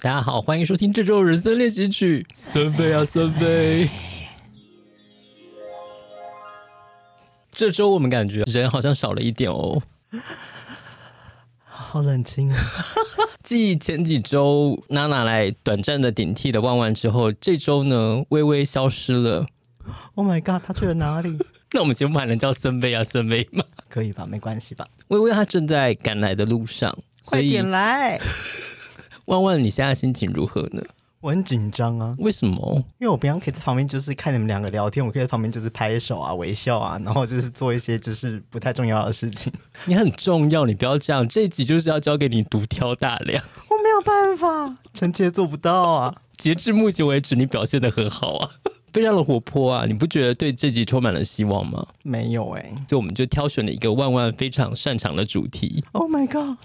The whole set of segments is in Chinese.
大家好，欢迎收听这周人生练习曲，三杯啊三杯。这周我们感觉人好像少了一点哦，好冷清啊！继前几周娜娜来短暂的顶替的万万之后，这周呢微微消失了。 Oh my god，他去了哪里？那我们节目还能叫森贝啊森贝吗？ 可以吧？没关系吧？微微她正在赶来的路上，所快以点来！万万你现在心情如何呢？我很紧张啊，为什么？因为我平常可以在旁边就是看你们两个聊天，我可以在旁边就是拍手啊、微笑啊，然后就是做一些就是不太重要的事情。你很重要，你不要这样。这一集就是要交给你独挑大梁。 我没有办法，臣妾做不到啊。截至目前为止，你表现的很好啊，非常的活泼啊，你不觉得对这集充满了希望吗？没有哎、所以我们就挑选了一个万万非常擅长的主题。 Oh my god！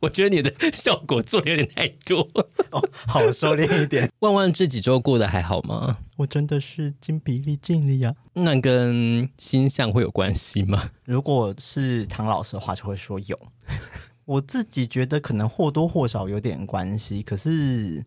我觉得你的 效果做的有点太多。 哦，好我收敛一点。万万这几周过得还好吗？ 我真的是精疲力尽了呀。那跟星象会有关系吗？如果是唐老师的话，就会说有。 我自己觉得可能或多或少有点关系，可是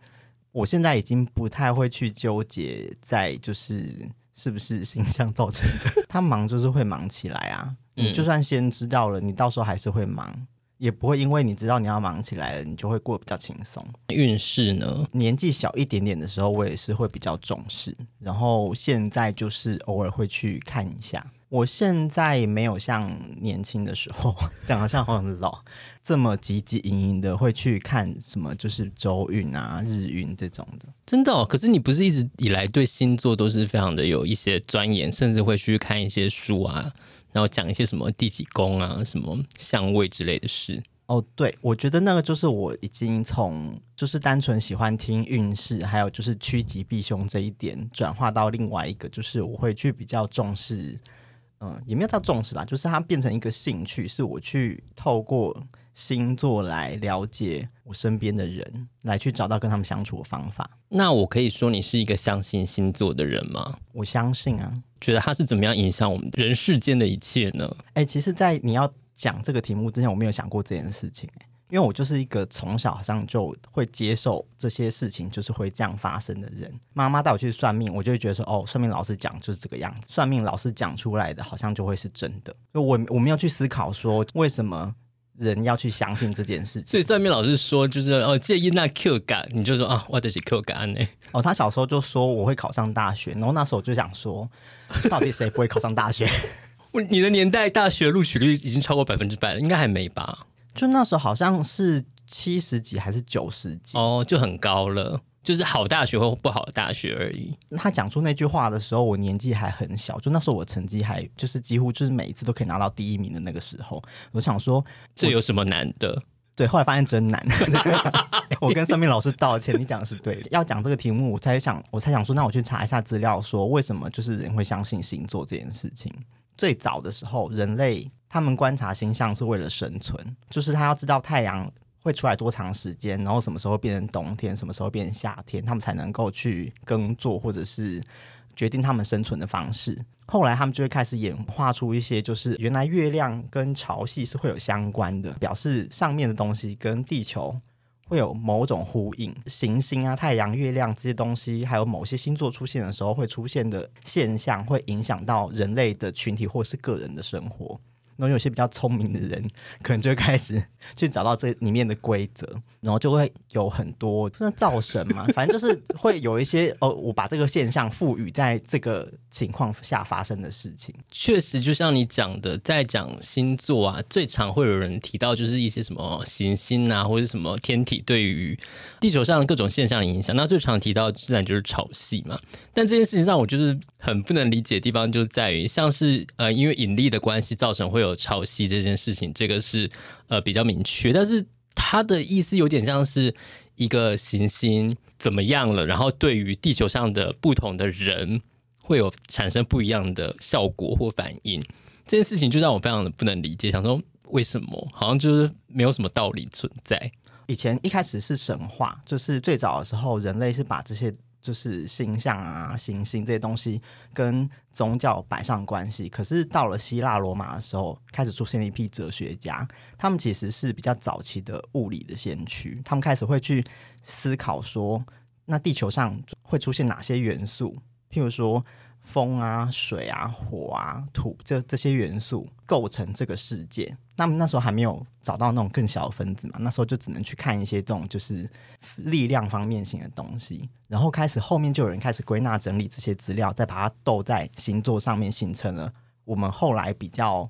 我现在已经不太会去纠结在就是是不是形象造成的。 他忙就是会忙起来啊，你就算先知道了，你到时候还是会忙，也不会因为你知道你要忙起来了，你就会过得比较轻松。运势呢？年纪小一点点的时候，我也是会比较重视，然后现在就是偶尔会去看一下。我现在没有像年轻的时候， 讲的像好像很老，这么汲汲营营的会去看什么，就是周运啊、日运这种的。真的哦，可是你不是一直以来对星座都是非常的有一些钻研，甚至会去看一些书啊，然后讲一些什么第几宫啊、什么相位之类的事。哦，对，我觉得那个就是我已经从就是单纯喜欢听运势，还有就是趋吉避凶这一点，转化到另外一个，就是我会去比较重视，嗯、也没有到重视吧，就是它变成一个兴趣，是我去透过星座来了解我身边的人，来去找到跟他们相处的方法。那我可以说你是一个相信星座的人吗？我相信啊，觉得它是怎么样影响我们人世间的一切呢？哎、其实，在你要讲这个题目之前，我没有想过这件事情、欸，因为我就是一个从小好像就会接受这些事情就是会这样发生的人。妈妈带我去算命，我就会觉得说，哦，算命老师讲就是这个样子，算命老师讲出来的好像就会是真的。就我我没有去思考说为什么人要去相信这件事情。所以算命老师说，就是哦，介意那 Q 感，你就说啊，我的是 Q 感呢。哦，他小时候就说我会考上大学，然后那时候我就想说，到底谁不会考上大学？ 我你的年代大学录取率已经超过百分之百了，应该还没吧？就那时候好像是七十几还是九十几？哦，就很高了，就是好大学或不好的大学而已。他讲出那句话的时候，我年纪还很小，就那时候我成绩还就是几乎就是每一次都可以拿到第一名的那个时候，我想说，这有什么难的？对，后来发现真难。 我跟算命老师道歉，你讲的是对的。要讲这个题目，我才想，我才想说，那我去查一下资料，说为什么就是人会相信星座这件事情。最早的时候，人类他们观察星象是为了生存，就是他要知道太阳会出来多长时间，然后什么时候变成冬天，什么时候变成夏天，他们才能够去耕作或者是决定他们生存的方式。后来他们就会开始演化出一些，就是原来月亮跟潮汐是会有相关的，表示上面的东西跟地球会有某种呼应。行星啊、太阳、月亮这些东西，还有某些星座出现的时候会出现的现象，会影响到人类的群体或是个人的生活。然后有些比较聪明的人，可能就会开始去找到这里面的规则，然后就会有很多那造神嘛，反正就是会有一些哦，我把这个现象赋予在这个情况下发生的事情。确实，就像你讲的，在讲星座啊，最常会有人提到就是一些什么行星啊，或者什么天体对于地球上各种现象的影响。那最常提到自然就是潮汐嘛。但这件事情上，我就是很不能理解的地方，就在于像是呃，因为引力的关系造成会有潮汐这件事情，这个是呃比较明确，但是它的意思有点像是一个行星怎么样了，然后对于地球上的不同的人会有产生不一样的效果或反应。这件事情就让我非常的不能理解，想说为什么好像就是没有什么道理存在。以前一开始是神话，就是最早的时候，人类是把这些就是星象啊、行星这些东西跟宗教摆上关系。可是到了希腊罗马的时候，开始出现了一批哲学家，他们其实是比较早期的物理的先驱，他们开始会去思考说，那地球上会出现哪些元素，譬如说。风啊、水啊、火啊、土这这些元素构成这个世界。那么那时候还没有找到那种更小的分子嘛，那时候就只能去看一些这种就是力量方面型的东西。然后开始后面就有人开始归纳整理这些资料，再把它斗在星座上面，形成了我们后来比较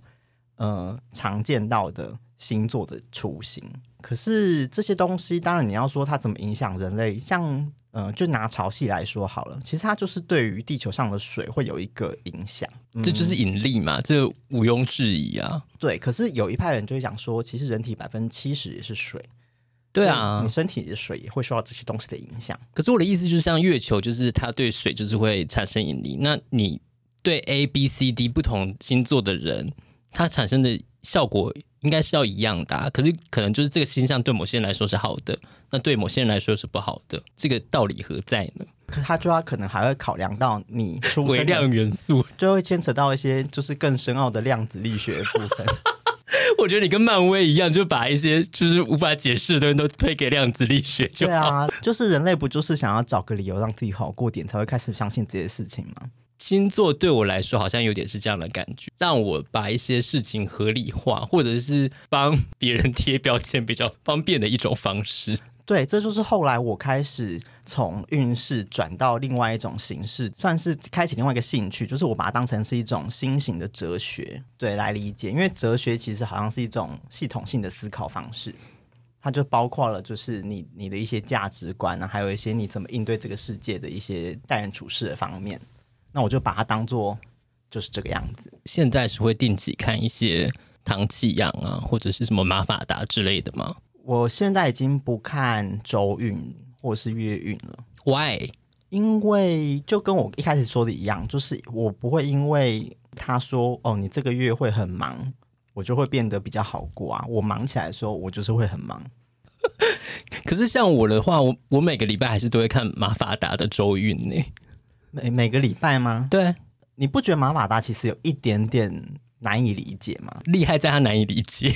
呃常见到的星座的雏形。可是这些东西，当然你要说它怎么影响人类，像呃，就拿潮汐来说好了，其实它就是对于地球上的水会有一个影响。这就是引力嘛，这毋庸置疑啊。对，可是有一派人就会讲说，其实人体百分之七十也是水，对所以啊你，身体的水也会受到这些东西的影响。可是我的意思就是，像月球，就是它对水就是会产生引力。那你对 A、B、C、D 不同星座的人，它产生的效果应该是要一样的、啊。可是可能就是这个星象对某些人来说是好的，那对某些人来说是不好的，这个道理何在呢？可他就要可能还会考量到你出微生的，量元素， 就会牵扯到一些就是更深奥的量子力学的部分。我觉得你跟漫威一样，就把一些就是无法解释的东西都推给量子力学就对啊， 就是人类不就是想要找个理由让自己好过点，才会开始相信这些事情吗？星座对我来说好像有点是这样的感觉，让我把一些事情合理化，或者是帮别人贴标签比较方便的一种方式。对，这就是后来我开始从运势转到另外一种形式，算是开启另外一个兴趣，就是我把它当成是一种新型的哲学，对，来理解。因为哲学其实好像是一种系统性的思考方式，它就包括了就是你你的一些价值观啊，还有一些你怎么应对这个世界的一些待人处事的方面。那我就把它当做就是这个样子。现在是会定期看一些唐启阳啊，或者是什么马法达之类的吗我现在已经不看周运或是月运了。 ？Why？因为就跟我一开始说的一样，就是我不会因为他说哦，你这个月会很忙，我就会变得比较好过啊。我忙起来的时候，我就是会很忙。可是像我的话，我我每个礼拜还是都会看马法达的周运呢、每每个礼拜吗？对，你不觉得马马达其实有一点点难以理解吗？厉害在他难以理解。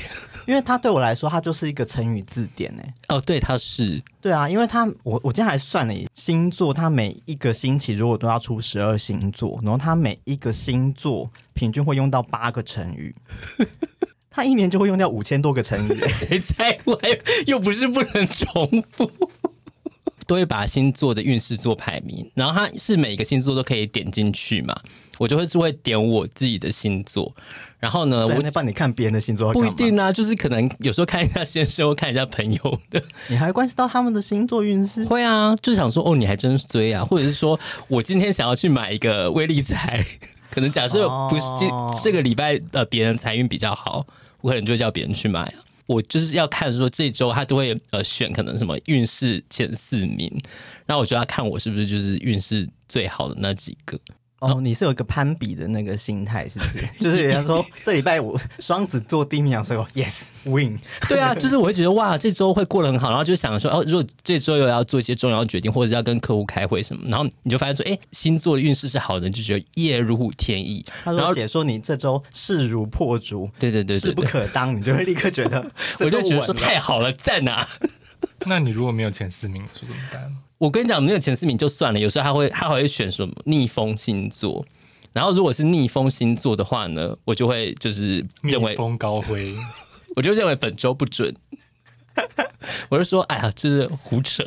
因为它对我来说，它就是一个成语字典哎、哦，对，他是对啊，因为它我我今天还算了一星座，它每一个星期如果都要出十二星座，然后它每一个星座平均会用到八个 成语，它一年就会用掉五千多个成语、欸谁在乎？还有 又不是不能重复。 都会把星座的运势做排名，然后它是每个星座都可以点进去嘛。我就会是会点我自己的星座，然后呢，对哦我那帮你看别人的星座要不干一嘛，定啊，就是可能有时候看一下先生，或看一下朋友的，你还关系到他们的星座运势。会啊，就想说哦，你还真衰啊，或者是说我今天想要去买一个威力彩， 可能假设不是今、哦这个礼拜呃别人财运比较好，我可能就会叫别人去买啊。我就是要看说这周他都会呃选可能什么运势前四名，然后我就要看我是不是就是运势最好的那几个。哦，你是有一个攀比的那个心态，是不是？ 就是人家说这礼拜我双子座第一名的时候，yes win，对啊，就是我会觉得哇，这周会过得很好，然后就想说哦，如果这周又要做一些重要决定，或者是要跟客户开会什么，然后你就发现说，哎，星座的运势是好的，你就觉得耶如虎添翼。他然后说写说你这周势如破竹，对对对势对不对，可当，你就会立刻觉得 这我周就觉得稳啊说了太好了，赞啊！那你如果没有前四名，说怎么办？我跟你讲，没有前四名就算了，有时候他会他还会选什么逆风星座。然后如果是逆风星座的话呢，我就会就是逆认为，风高飞，我就认为本周不准。 我就说，哎呀，这是胡扯。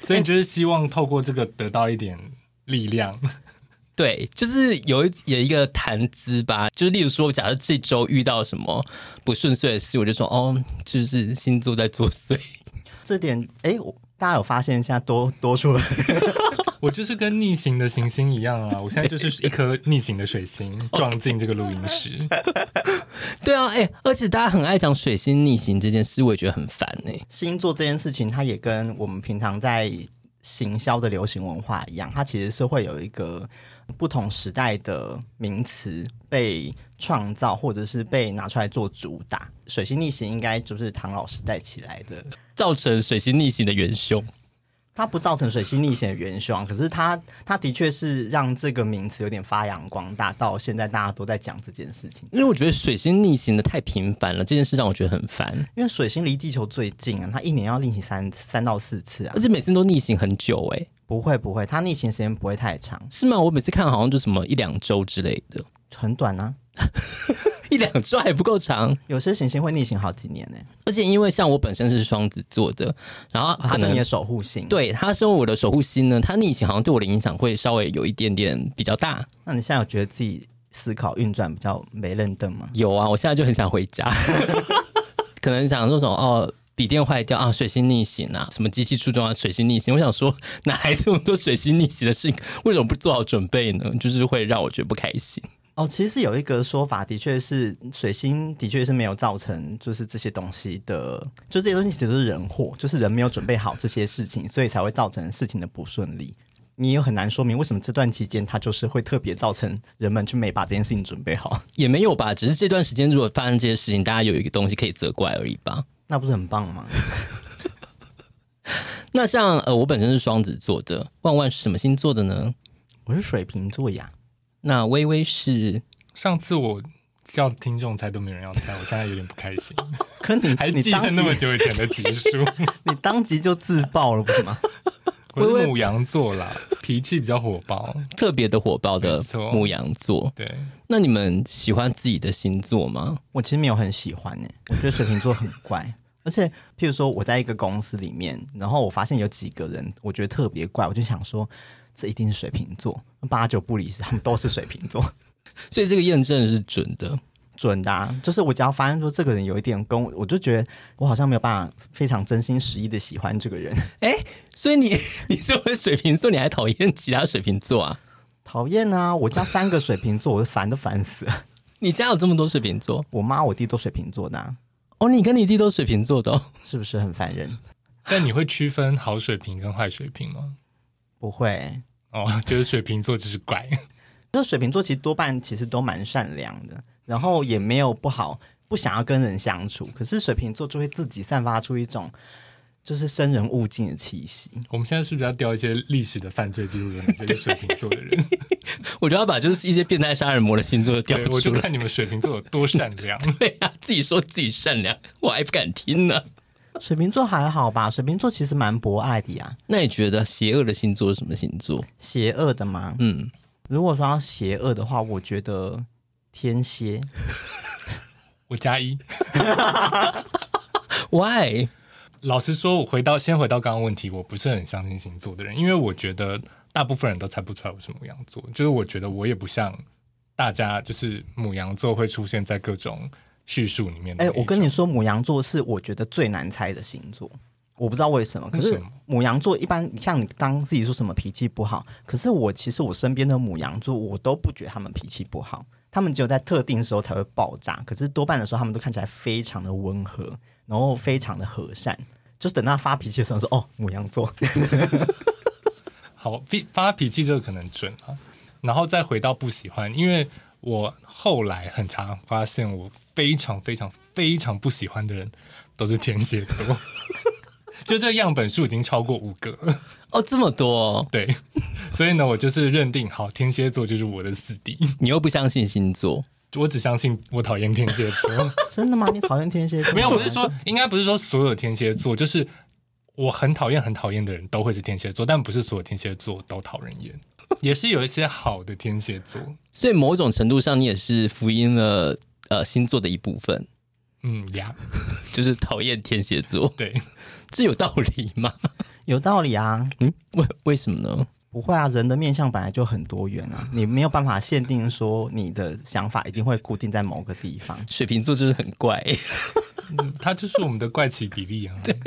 所以你就是希望透过这个得到一点力量。对，就是有一有一个谈资吧，就是例如说，假设这周遇到什么不顺遂的事，我就说哦，就是星座在作祟。 这点，哎，我大家有发现一下多 多出了我就是跟逆行的行星一样啊，我现在就是一颗逆行的水星撞进这个录音室。对啊，哎、而且大家很爱讲水星逆行这件事，我也觉得很烦哎、星座这件事情，它也跟我们平常在行销的流行文化一样，它其实是会有一个不同时代的名词被创造，或者是被拿出来做主打。水星逆行应该就是唐老师带起来的，造成水星逆行的元凶。它不造成水星逆行的元凶，可是它它的确是让这个名词有点发扬光大，到现在大家都在讲这件事情。因为我觉得水星逆行的太频繁了，这件事让我觉得很烦，因为水星离地球最近啊，它一年要逆行三三到四次啊而，且每次都逆行很久、欸，哎，不会不会，它逆行时间不会太长，是吗？我每次看好像就什么一两周之类的，很短啊。一两周还不够长。有些行星会逆行好几年呢、而且因为像我本身是双子座的，然后啊它可是能啊你的守护星。，对他身为我的守护星呢，他逆行好像对我的影响会稍微有一点点比较大。那你现在有觉得自己思考运转比较没认灯吗？有啊，我现在就很想回 家，可能想说什么哦。笔电坏掉啊，水星逆行啊，什么机器出状况，水星逆行。我想说， 哪来这么多水星逆行的事情？为什么不做好准备呢？就是会让我觉得不开心。哦，其实有一个说法，的确是水星的确是没有造成，就是这些东西的，就这些东西其实都是人祸，就是人没有准备好这些事情，所以才会造成事情的不顺利。你也很难说明为什么这段期间它就是会特别造成人们就没把这件事情准备好，也没有吧，只是这段时间如果发生这些事情，大家有一个东西可以责怪而已吧。那不是很棒 吗？那像呃，我本身是双子座的，万万是什么星座的呢？我是水瓶座呀，那微微是上次我叫听众猜都没有人要猜，我现在有点不开心，可你还你记得当那么即久以前的集数。 你当即就自爆了，不是吗？我是母羊座啦，脾气比较火爆。特别的火爆的没错牧羊座。对，那你们喜欢自己的星座吗？我其实没有很喜欢呢、欸我觉得水瓶座很怪。而且，譬如说我在一个公司里面，然后我发现有几个人，我觉得特别怪，我就想说，这一定是水瓶座，八九不离十，他们都是水瓶座， 所以这个验证是准的。准的、啊。就是我只要发现说这个人有一点跟我，我就觉得我好像没有办法非常真心实意的喜欢这个人，所以你 你身为水瓶座，你还讨厌其他水瓶座啊？讨厌啊！我家三个水瓶座，我烦都烦死了。你家有这么多水瓶座我妈、我弟都水瓶座的啊、哦？你跟你弟都水瓶座的、哦， 是不是很烦人？但你会区分好水瓶跟坏水瓶吗？不会，哦，就是水瓶座就是怪，就水瓶座其实多半其实都蛮善良的，然后也没有不好，不想要跟人相处。可是水瓶座就会自己散发出一种就是生人勿近的气息。我们现在是不是要调一些历史的犯罪记录给这些水瓶座的人？我就要把就是一些变态杀人魔的星座调对，我出就来。 看你们水瓶座有多善良。对啊，自己说自己善良，我还不敢听呢。水瓶座还好吧？水瓶座其实蛮博爱的呀。那你觉得邪恶的星座是什么星座？邪恶的吗？嗯，如果说要邪恶的话，我觉得天蝎。我加一。 Why？老实说，我回到先回到刚刚问题，我不是很相信星座的人，因为我觉得大部分人都猜不出来我是母羊座，就是我觉得我也不像大家，就是母羊座会出现在各种叙述里面的哎、那一种。我跟你说，母羊座是我觉得最难猜的星座，我不知道为什么。可为是什么母羊座一般，像你刚自己说什么脾气不好，可是我其实我身边的母羊座，我都不觉得他们脾气不好，他们只有在特定时候才会爆炸，可是多半的时候他们都看起来非常的温和，然后非常的和善。就是等到他发脾气的时候说，哦，母羊座 好，脾发脾气这个可能准啊。然后再回到不喜欢，因为我后来很常发现，我非常非常非常不喜欢的人都是天蝎座， 就这个样本数已经超过五个 了。哦，这么多、哦，对，所以呢，我就是认定好天蝎座就是我的死敌。你又不相信星座？我只相信我讨厌天蝎座，真的吗？你讨厌天蝎座？没有，我是说，应该不是说所有天蝎座，就是我很讨厌很讨厌的人都会是天蝎座，但不是所有天蝎座都讨人厌，也是有一些好的天蝎座。所以某种程度上，你也是福音了呃星座的一部分，嗯呀，就是讨厌天蝎座，对，这有道理吗？有道理啊，嗯，为为什么呢？不会啊，人的面相本来就很多元啊，你没有办法限定说你的想法一定会固定在某个地方。水瓶座就是很怪、欸，嗯他就是我们的怪奇比例啊。对，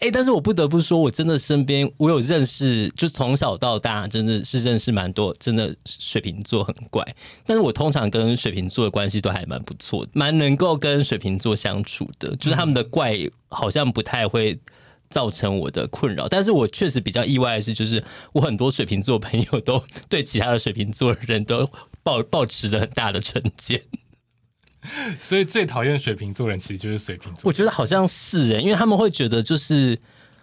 哎、但是我不得不说，我真的身边我有认识，就从小到大真的是认识蛮多，真的水瓶座很怪。但是我通常跟水瓶座的关系都还蛮不错的，蛮能够跟水瓶座相处的，就是他们的怪好像不太会。造成我的困扰，但是我确实比较意外的是，就是我很多水瓶座朋友都对其他的水瓶座的人都抱抱持着很大的成见。所以最讨厌水瓶座人其实就是水瓶座。欸我觉得好像是诶，因为他们会觉得就是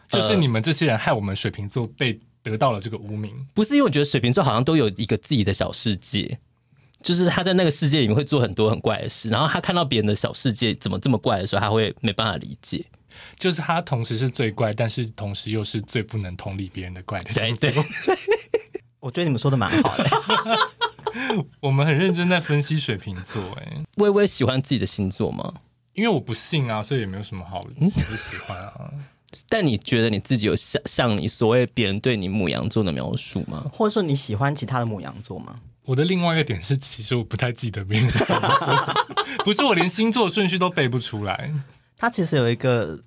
就是你们这些人害我们水瓶座被得到了这个污名。不是因为我觉得水瓶座好像都有一个自己的小世界，就是他在那个世界里面会做很多很怪的事，然后他看到别人的小世界怎么这么怪的时候，他会没办法理解。就是他同时是最怪，但是同时又是最不能同理别人的怪的。对对，我觉得你们说的蛮好 的，我们很认真在分析水瓶座、哎，微微喜欢自己的星座吗？因为我不信啊，所以也没有什么好嗯喜不喜欢啊。但你觉得你自己有像像你所谓别人对你母羊座的描述吗？或者说你喜欢其他的母羊座吗？我的另外一个点是，其实我不太记得别人的星座， 不是我连星座顺序都背不出来，它其实有一个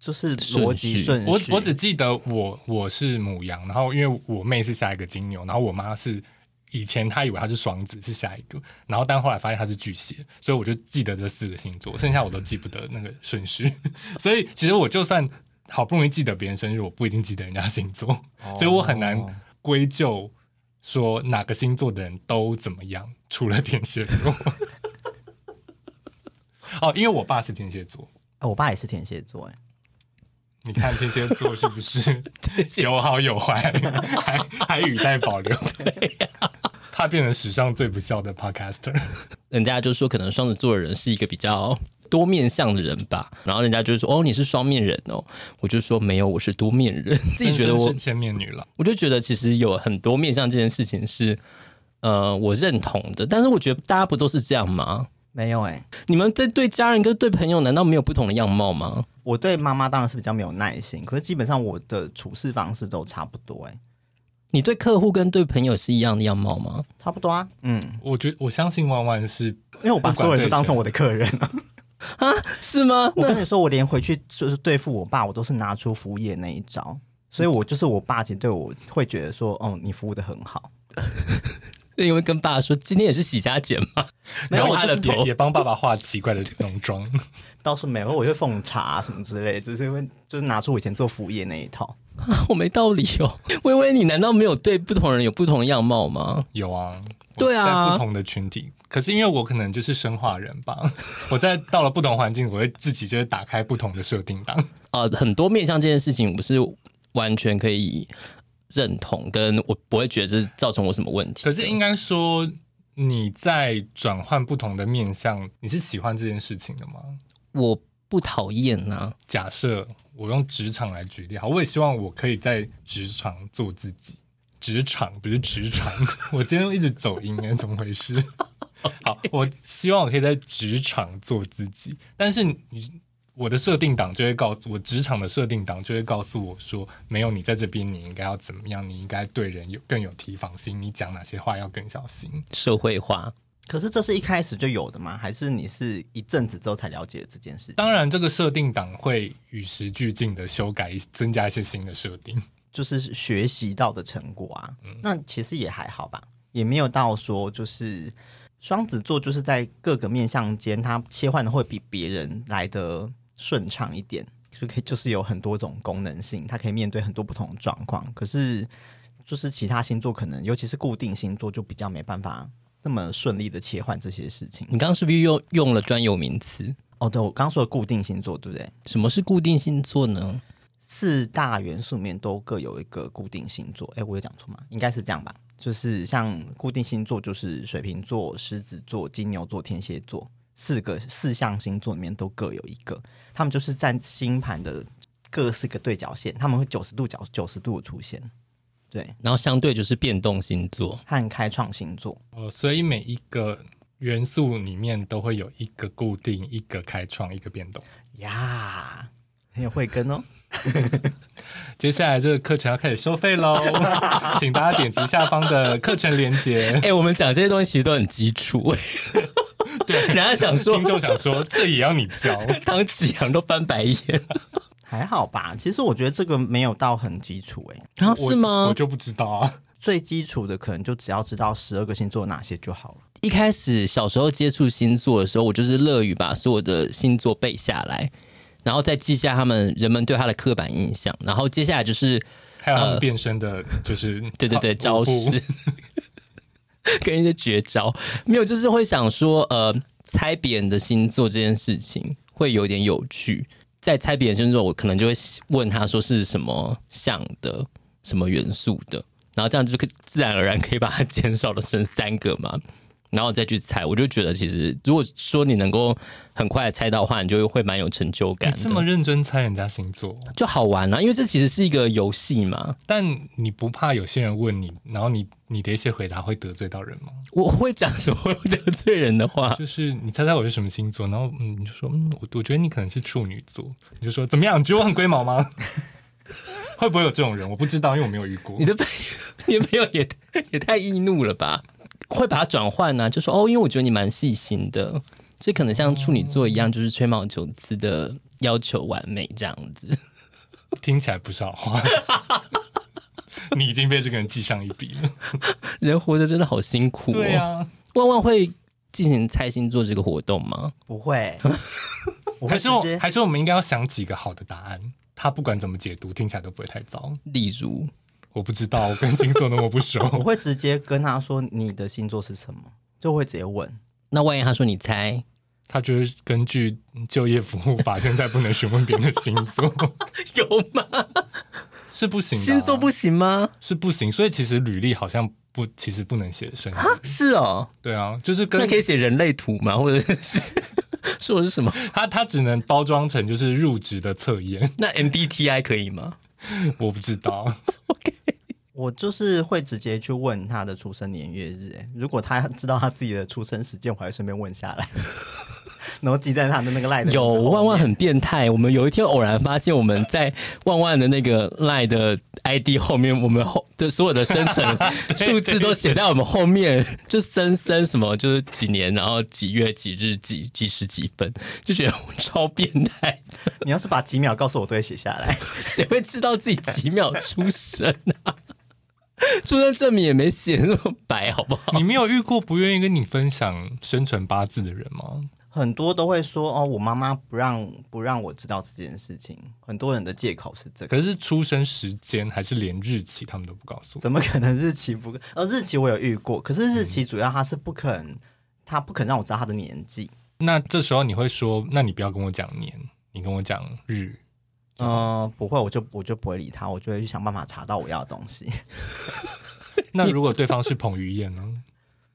就是逻辑顺序，我我只记得我我是母羊，然后因为我妹是下一个金牛，然后我妈是以前她以为她是双子是下一个，然后但后来发现她是巨蟹，所以我就记得这四个星座，剩下我都记不得那个顺序， 所以其实我就算好不容易记得别人生日，我不一定记得人家星座，所以我很难归咎。说哪个星座的人都怎么样，除了天蝎座。 哦，因为我爸是天蝎座，哎我爸也是天蝎座，哎，你看天蝎座是不是有好有坏，还还语带 保留？怕变成史上最不孝的 podcaster。人家就说可能双子座的人是一个比较多面向的人吧，然后人家就说哦你是双面人哦，我就说没有我是多面 人，自己觉得真我 是千面女郎，我就觉得其实有很多面向这件事情是呃我认同的，但是我觉得大家不都是这样吗？没有哎，你们在对家人跟对朋友难道没有不同的样貌吗？我对妈妈当然是比较没有耐心，可是基本上我的处事方式都差不多，哎，你对客户跟对朋友是一样的样貌吗？差不多啊，嗯，我觉我相信万万是因为我把不管所有人对都当成谁我的客人了。是吗？我跟你说，我连回去就是对付我爸，我都是拿出服务业那一招，所以我就是我爸，其实对我会觉得说，哦，你服务的很好。那因为跟爸说今天也是洗家节嘛，没有然后我他就的是也也帮爸爸化奇怪的 浓妆。倒是没有，我就奉茶、啊什么之类，就是会就是拿出我以前做服务业那一套。我没道理哦。微微，你难道没有对不同人有不同的样貌吗？有啊，我对啊在不同的群体。可是因为我可能就是生化人吧，我在到了不同环境，我会自己就是打开不同的设定档。啊、很多面向这件事情，我是完全可以认同，跟我不会觉得这造成我什么问题。可是应该说，你在转换不同的面向，你是喜欢这件事情的吗？我不讨厌啊呐，假设我用职场来举例，好，我也希望我可以在职场做自己。职场不是职 场，我今天一直走音哎，怎么回事？ 好，我希望我可以在职场做自己，但是你我的设定档就会告诉我，职场的设定档就会告诉我说，没有你在这边，你应该要怎么样，你应该对人有更有提防心，你讲哪些话要更小心。社会化可是这是一开始就有的吗？还是你是一阵子之后才了解这件事情？当然，这个设定档会与时俱进的修改，增加一些新的设定。就是学习到的成果啊。嗯那其实也还好吧，也没有到说就是双子座就是在各个面向间，它切换的会比别人来的顺畅一点，就可以就是有很多种功能性，它可以面对很多不同的状况。可是就是其他星座可能，尤其是固定星座，就比较没办法。那么顺利的切换这些事情你刚刚是不是用用了专有名词？哦，对我刚刚说的固定星座，对不对？什么是固定星座呢？四大元素里面都各有一个固定星座。哎，我有讲错吗？应该是这样吧。就是像固定星座，就是水瓶座、狮子座、金牛座、天蝎座，四个四象星座里面都各有一个。他们就是占星盘的各是个对角线，他们会九十度角九十度的出现。对，然后相对就是变动星座，和开创星座，哦，所以每一个元素里面都会有一个固定、一个开创、一个变动。呀，很有慧根哦。接下来这个课程要开始收费喽， 请大家点击下方的课程链接。 哎、我们讲这些东西其实都很基础、 对人家想说哦听众想说，这也要你教？唐启阳都翻白眼，还好吧，其实我觉得这个没有到很基础哎、然后我是吗我？就不知道啊。最基础的可能就只要知道十二个星座哪些就好了。一开始小时候接触星座的时候，我就是乐于把所有的星座背下来，然后再记下他们人们对他的刻板印象，然后接下来就是还有他们变身的，就是呃 对对对套招路式， 跟一些绝招，没有就是会想说呃猜别人的星座这件事情会有点有趣。在猜别人星座，我可能就会问他说是什么像的、什么元素的，然后这样就可以自然而然可以把它减少的成三个嘛， 然后再去猜。我就觉得其实如果说你能够很快地猜到的话，你就会蛮有成就你感这么的，认真猜人家星座，就好玩啊，因为这其实是一个游戏嘛。 但你不怕有些人问你，然后你你的一些回答会得罪到人吗？我会讲什么会得罪人的话，就是你猜猜我是什么星座，然后嗯，你就说嗯，我我觉得你可能是处女座，你就说怎么样？你觉得我很龟毛吗？ 会不会有这种人？我不知道，因为我没有遇过你。的朋友， 你的朋友也也太易怒了吧？会把它转换呢，就说哦，因为我觉得你蛮细心的，所以可能像处女座一样，就是吹毛求疵的要求完美这样子。 听起来不是好话。 你已经被这个人记上一笔了。人活着真的好辛苦哦。对啊，万万会进行猜星座这个活动吗？不 会，我会还直是我接还是我们应该要想几个好的答案。他不管怎么解读，听起来都不会太糟。例如，我不知道，我跟星座那么不我熟。会直接跟他说你的星座是什么，就会直接问。那万一他说你 猜，他就是根据就业服务法，现在不能询问别人的星座， 有吗？是不行的啊、星座不行吗？是不行，所以其实履历好像不，其实不能写生啊，是哦，对啊，就是跟那可以写人类图吗？或者是 说我是什么？他他只能包装成就是入职的测验， 那 MBTI 可以吗？我不知道。我就是会直接去问他的出生年月日，欸如果他知道他自己的出生时间，我还会顺便问 下来，然后记在他的那个赖的有名字后万万面很变态。我们有一天偶然发现，我们在万万的那个 line 的 ID 后面，我们后的所有的生成数字都写在我们后面，就森森什么，就是几年，然后几月几日几几时几分，就觉得我超变态。你要是把几秒告诉我，都会写下来。 谁会知道自己几秒出生啊？出生证明也没写那么白，好不好？你没有遇过不愿意跟你分享生辰八字的人吗？很多都会说哦，我妈妈不让不让我知道这件事情，很多人的借口是这个。可是出生时间还是连日期他们都不告诉我。怎么可能日期不？呃，日期我有遇过，可是日期主要他是不肯，他不肯让我知道他的年纪。那这时候你会说，那你不要跟我讲年，你跟我讲日。嗯、不会，我就我就不会理他，我就会去想办法查到我要的东西。 那如果对方是彭于晏呢？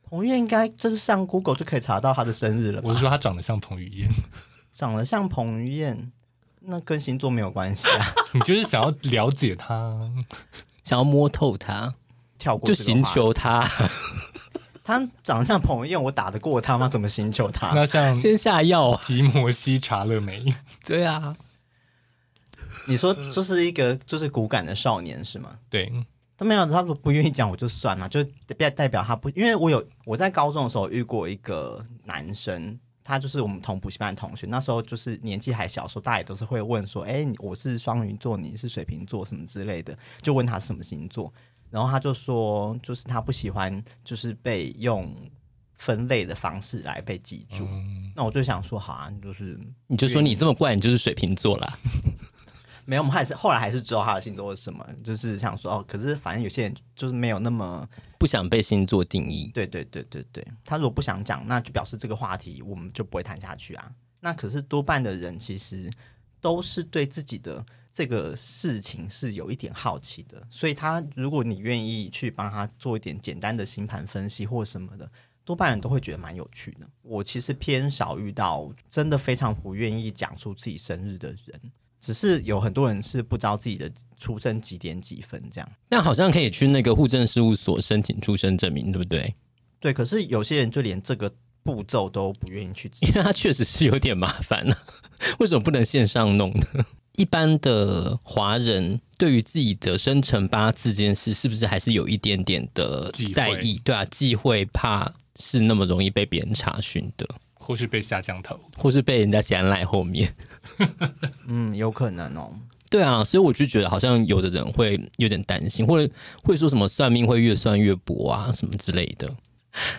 彭于晏应该就是上 Google 就可以查到他的生日了我吧是？说他长得像彭于晏， 长得像彭于晏，那跟星座没有关系啊， 你就是想要了解他。想要摸透他，跳过就这个寻话。求他，他长得像彭于晏，我打得过他吗？怎么寻求他？那像先下药啊。提摩西·查勒梅，对啊，你说就是一个就是骨感的少年是吗？对，他没有，他说不愿意讲我就算了，就代代表他不，因为我有我在高中的时候遇过一个男生，他就是我们同补习班的同学，那时候就是年纪还小的时候，大家也都是会问说，哎、你我是双鱼座，你是水瓶座什么之类的，就问他是什么星座，然后他就说，就是他不喜欢就是被用分类的方式来被记住，嗯，那我就想说，好啊，就是你就说你这么怪，你就是水瓶座啦。没有，我们还是后来还是知道他的星座是什么，就是想说哦，可是反正有些人就是没有那么。不想被星座定义。对对对对对，他如果不想讲，那就表示这个话题我们就不会谈下去啊。那可是多半的人其实都是对自己的这个事情是有一点好奇的，所以他如果你愿意去帮他做一点简单的星盘分析或什么的，多半人都会觉得蛮有趣的。我其实偏少遇到真的非常不愿意讲出自己生日的人，只是有很多人是不知道自己的出生几点几分这样。那好像可以去那个户政事务所申请出生证明，对不对？ 对，可是有些人就连这个步骤都不愿意去执因为它确实是有点麻烦了、 为什么不能线上弄呢？ 一般的华人对于自己的生辰八字这件事，是不是还是有一点点的忌讳在意？对啊，忌讳怕是那么容易被别人查询的，或是被下降头。或是被人家嫌赖后面。嗯，有可能哦。对啊，所以我就觉得好像有的人会有点担心，或者会说什么算命会越算越薄啊什么之类的。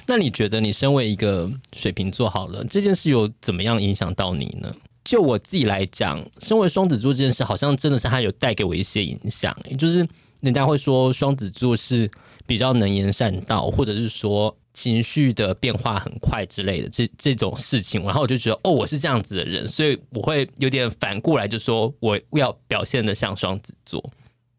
那你觉得你身为一个水瓶座好了，这件事有怎么样影响到你呢？就我自己来讲，身为双子座这件事，好像真的是它有带给我一些影响、欸就是人家会说双子座是比较能言善道，或者是说情绪的变化很快之类的这这种事情，然后我就觉得哦，我是这样子的人，所以我会有点反过来就说我要表现的像双子座，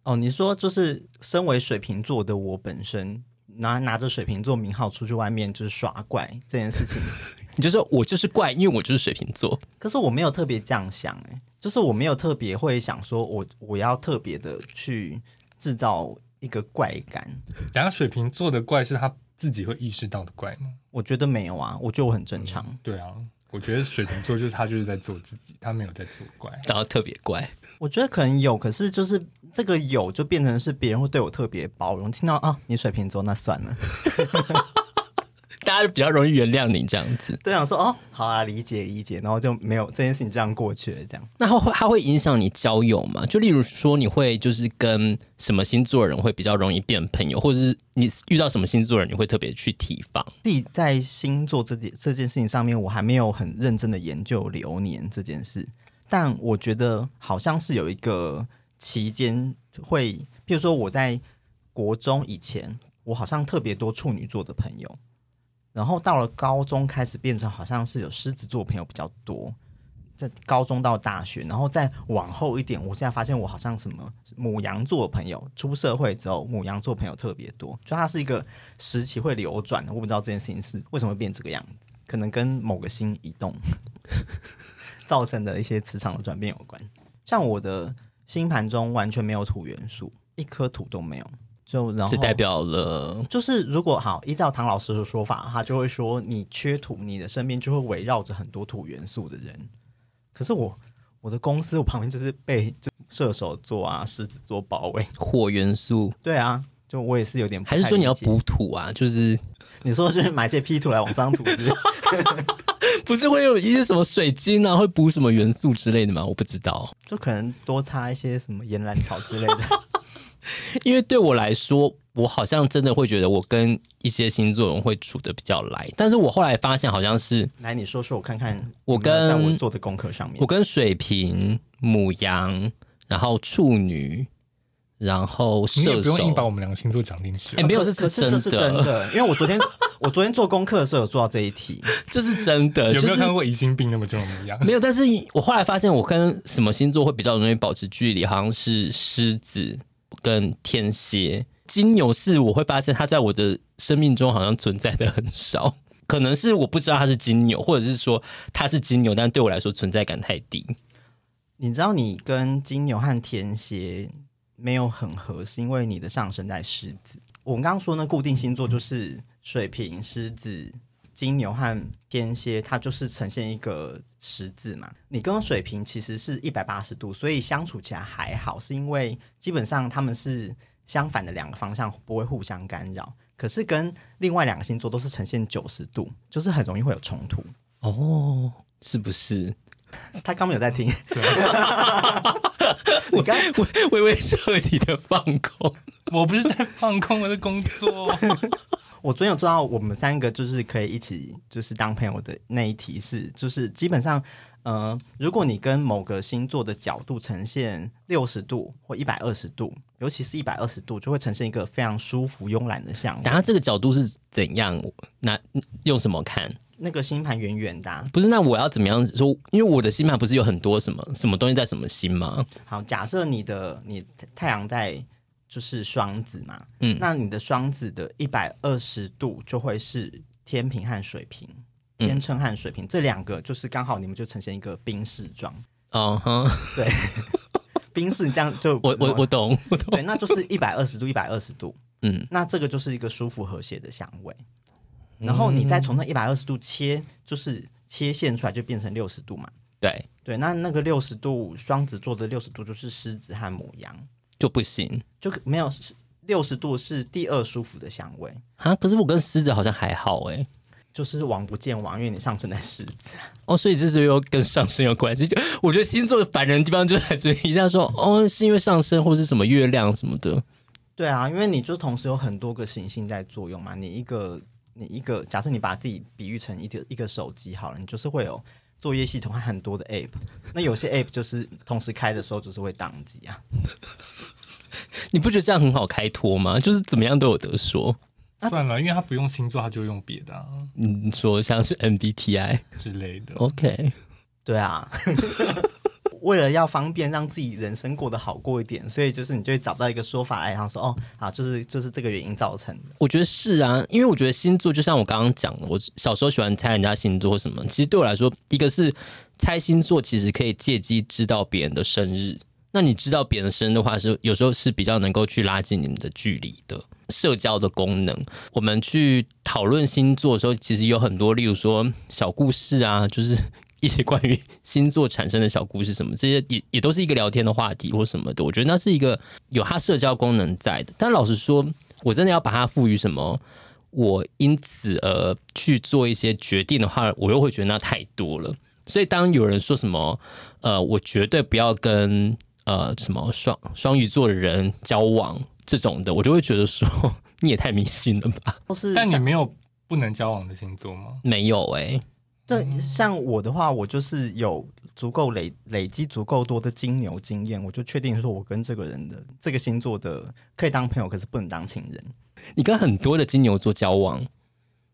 哦，你说就是身为水瓶座的我本身，拿拿着水瓶座名号出去外面就是耍怪这件事情，你就说我就是怪，因为我就是水瓶座，可是我没有特别这样想、欸，哎，就是我没有特别会想说我我要特别的去制造一个怪感，等下水瓶座的怪是他自己会意识到的怪吗？我觉得没有啊，我觉得我很正常。对啊，我觉得水瓶座就是他就是在做自己，他没有在做怪。然后特别怪。我觉得可能有，可是就是这个有就变成是别人会对我特别包容，听到啊你水瓶座那算了， 大家就比较容易原谅你这样子，对想说哦好啊理解理解，然后就没有这件事情这样过去了，这样那它会它会影响你交友吗？就例如说，你会就是跟什么星座的人会比较容易变朋友，或者是你遇到什么星座的人，你会特别去提防？自己在星座这件这件事情上面，我还没有很认真的研究流年这件事，但我觉得好像是有一个期间会，譬如说我在国中以前，我好像特别多处女座的朋友，然后到了高中开始变成好像是有狮子座朋友比较多。在高中到大学，然后再往后一点，我现在发现我好像什么母羊座的朋友，出社会之后母羊座朋友特别多，就它是一个时期会流转的。我不知道这件事情是为什么会变这个样子，可能跟某个星移动 造成的一些磁场的转变有关。像我的星盘中完全没有土元素，一颗土都没有，就然后这代表了就是如果好依照唐老师的说法，他就会说你缺土，你的身边就会围绕着很多土元素的人。可是我我的公司我旁边就是被就射手座啊、狮子座包围。 火元素，对啊，就我也是有点不还是太说你要理解？补土啊？就是你说就是买一些 P 图来往上涂是不是不是会有一些什么水晶啊，会补什么元素之类的吗？我不知道，就可能多擦一些什么岩兰草之类 的。因为对我来说，我好像真的会觉得我跟一些星座人会处的比较来，但是我后来发现好像是来，你说说我看看，我在我跟做的功课上面我，跟水瓶、母羊，然后处女，然后你也射不用硬把手。我们两个星座讲进去哎、啊、没有，可这可是是这是真的，因为我昨天我昨天做功课的时候有做到这一题，这是真的，哎有就没有是看过疑心病那么重的模样？ 没有。但是我后来发现，我跟什么星座会比较容易保持距离，好像是狮子跟天蝎、金牛是我会发现它在我的生命中好像存在的很少。 可能是我不知道它是金牛，或者是说它是金牛，但对我来说存在感太低。你知道你跟金牛和天蝎没有很合，是因为你的上升在狮子。我们刚刚说呢，固定星座就是水瓶、狮子、金牛和天蝎，它就是呈现一个十字嘛。你跟水瓶其实是一百八十度，所以相处起来还好，是因为基本上他们是相反的两个方向，不会互相干扰。可是跟另外两个星座都是呈现九十度，就是很容易会有冲突。哦，是不 是？他刚没有在听，你刚啊 我我以为彻底的放空。我不是在放空我的工作，我昨天有做到，我们三个就是可以一起就是当朋友的那一题是，就是基本上，呃，如果你跟某个星座的角度呈现六十度或一百二十度，尤其是一百二十度，就会呈现一个非常舒服慵懒的像等下这个角度是怎样？那用什么看？那个星盘圆圆的啊、不是，那我要怎么样子说？因为我的星盘不是有很多什么什么东西在什么星吗？好，假设你的你太阳在就是双子嘛，嗯那你的双子的一百二十度就会是天平和水瓶，天秤和水瓶、这两个就是刚好你们就呈现一个冰室状。哦哈，对，冰室这样就我我我懂，我懂。对，那就是一百 二十度，一百二十度，嗯，那这个就是一个舒服和谐的香味。然后你再从那一百二十度切，就是切线出来就变成六十度嘛。对，对，那那个六十度，双子座的六十度就是狮子和母羊，就不行就没有六十度是第二舒服的香味，啊。可是我跟狮子好像还好哎、就是王不见王，因为你上升在狮子。哦，所以这是又跟上升有关系。就我觉得星座烦人的地方就在这里，一下说哦是因为上升或是什么月亮什么的。对啊，因为你就同时有很多个行星在作用嘛。你一个，你一个，假设你把自己比喻成一个一个手机好了，你就是会有作业系统和很多的 app。那有些 app 就是同时开的时候就是会宕机啊。你不觉得这样很好开脱吗？就是怎么样都有得说。 算了，因为他不用星座，他就用别的、啊、你嗯说像是 MBTI，OK，、之类哦的。 OK 对啊， 为了要方便让自己人生过得好过一点，所以就是你就会找到一个说法来，然后说哦，好，就是就是这个原因造成的。我觉得是啊，因为我觉得星座就像我刚刚讲的，我小时候喜欢猜人家星座或什么。其实对我来说，一个是猜星座，其实可以借机知道别人的生日。那你知道别人的生日的话，是有时候是比较能够去拉近你们的距离的。社交的功能，我们去讨论星座的时候，其实有很多，例如说小故事啊，就是一些关于星座产生的小故事什么，这些也也都是一个聊天的话题或什么的。我觉得那是一个有它社交功能在的。但老实说，我真的要把它赋予什么，我因此而去做一些决定的话，我又会觉得那太多了。所以当有人说什么，呃，我绝对不要跟呃什么双双鱼座的人交往这种的，我就会觉得说 你也太迷信了吧？都是但你像没有不能交往的星座吗？没有哎、对像我的话，我就是有足够累累积足够多的金牛经验，我就确定说我跟这个人的这个星座的可以当朋友，可是不能当情人，你跟很多的金牛座交往，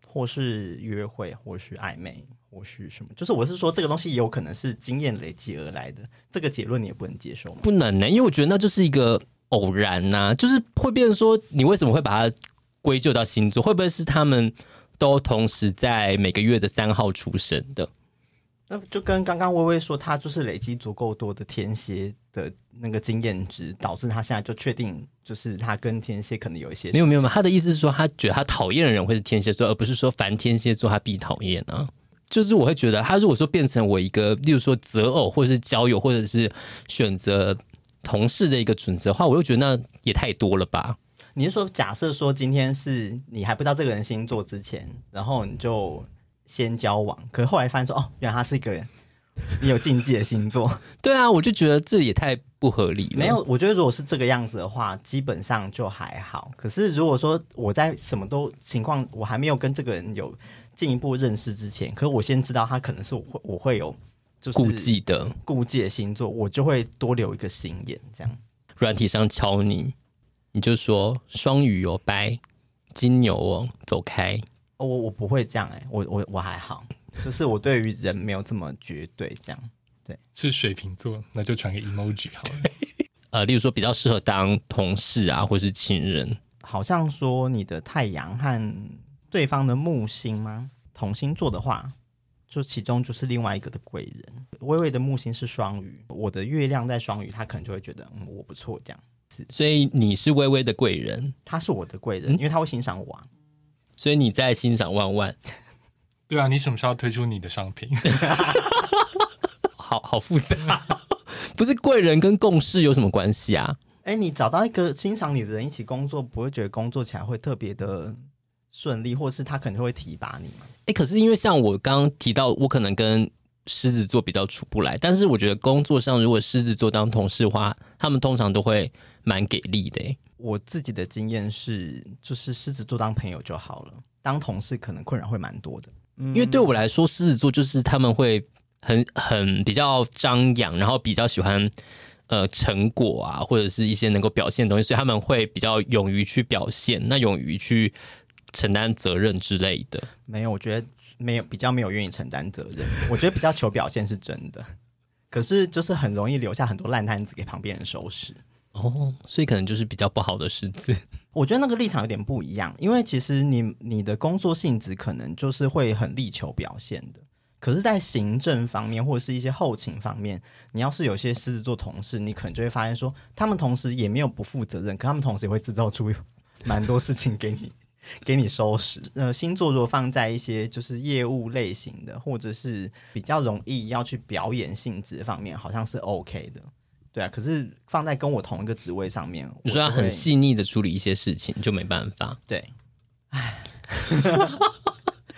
或是约会，或是暧昧。或是什么？就是我是说，这个东西也有可能是经验累积而来的，这个结论你也不能接受吗？不能呢、因为我觉得那就是一个偶然呐、就是会变成说，你为什么会把它归咎到星座？会不会是他们都同时在每个月的三号出生的？那就跟刚刚微微说，他就是累积足够多的天蝎的那个经验值，导致他现在就确定，就是他跟天蝎可能有一些没有没有，没事有他的意思是说，他觉得他讨厌的人会是天蝎座，而不是说凡天蝎座他必讨厌啊。就是我会觉得，他如果说变成我一个，例如说择偶，或者是交友，或者是选择同事的一个准则的话，我又觉得那也太多了吧。情。你是说，假设说今天是你还不知道这个人星座之前，然后你就先交往，可是后来发现说，哦，原来他是一个人。你有禁忌的星座对啊，我就觉得这也太不合理了。没有？我觉得如果是这个样子的话，基本上就还好。可是如果说我在什么都情况，我还没有跟这个人有进一步认识之前，可是我先知道他可能是我会我会有就是顾忌的，顾忌的星座，我就会多留一个心眼，这样软体上敲你，你就说双鱼哦，拜，金牛哦，走开。哦我我不会这样哎、我我我还好，就是我对于人没有这么绝对这样。是水瓶座，那就传个 emoji 好 了。呃，例如说比较适合当同事啊，或是情人。好像说你的太阳和对方的木星吗？同星座的话，就其中就是另外一个的贵人。微微的木星是双鱼，我的月亮在双鱼，他可能就会觉得嗯我不错这样，所以你是微微的贵人，他是我的贵人，因为他会欣赏我、啊。所以你在欣赏万万，对啊，你什么时候推出你的 商品？好好复杂。 不是贵人跟共事有什么关系啊？哎，你找到一个欣赏你的人一起工作，不会觉得工作起来会特别的嗯顺利，或是他可能会嗯提拔你吗？哎、可是因为像我刚刚提到，我可能跟狮子座比较处不来，但是我觉得工作上如果狮子座当同事的话，他们通常都会蛮给力的、欸。我自己的经验是，就是狮子座当朋友就好了，当同事可能困扰会蛮多的。因为对我来说，狮子座就是他们会很很比较张扬，然后比较喜欢呃成果啊，或者是一些能够表现的东西，所以他们会比较勇于去表现，那勇于去承担责任之类的。没有，我觉得没有比较没有愿意承担责任，我觉得比较求表现是真的，可是就是很容易留下很多烂摊子给旁边人收拾。哦，所以可能就是比较不好的狮子。我觉得那个立场有点不一样，因为其实你你的工作性质可能就是会很力求表现的，可是，在行政方面或者是一些后勤方面，你要是有些狮子座同事，你可能就会发现说，他们同时也没有不负责任，可他们同时也会制造出 蛮多事情给你。给你收拾。呃，星座如果放在一些就是业务类型的，或者是比较容易要去表演性质方面，好像是 OK 的，对啊。可是放在跟我同一个职位上面， 你说我要就很会细腻的处理一些事情，就没办法，对，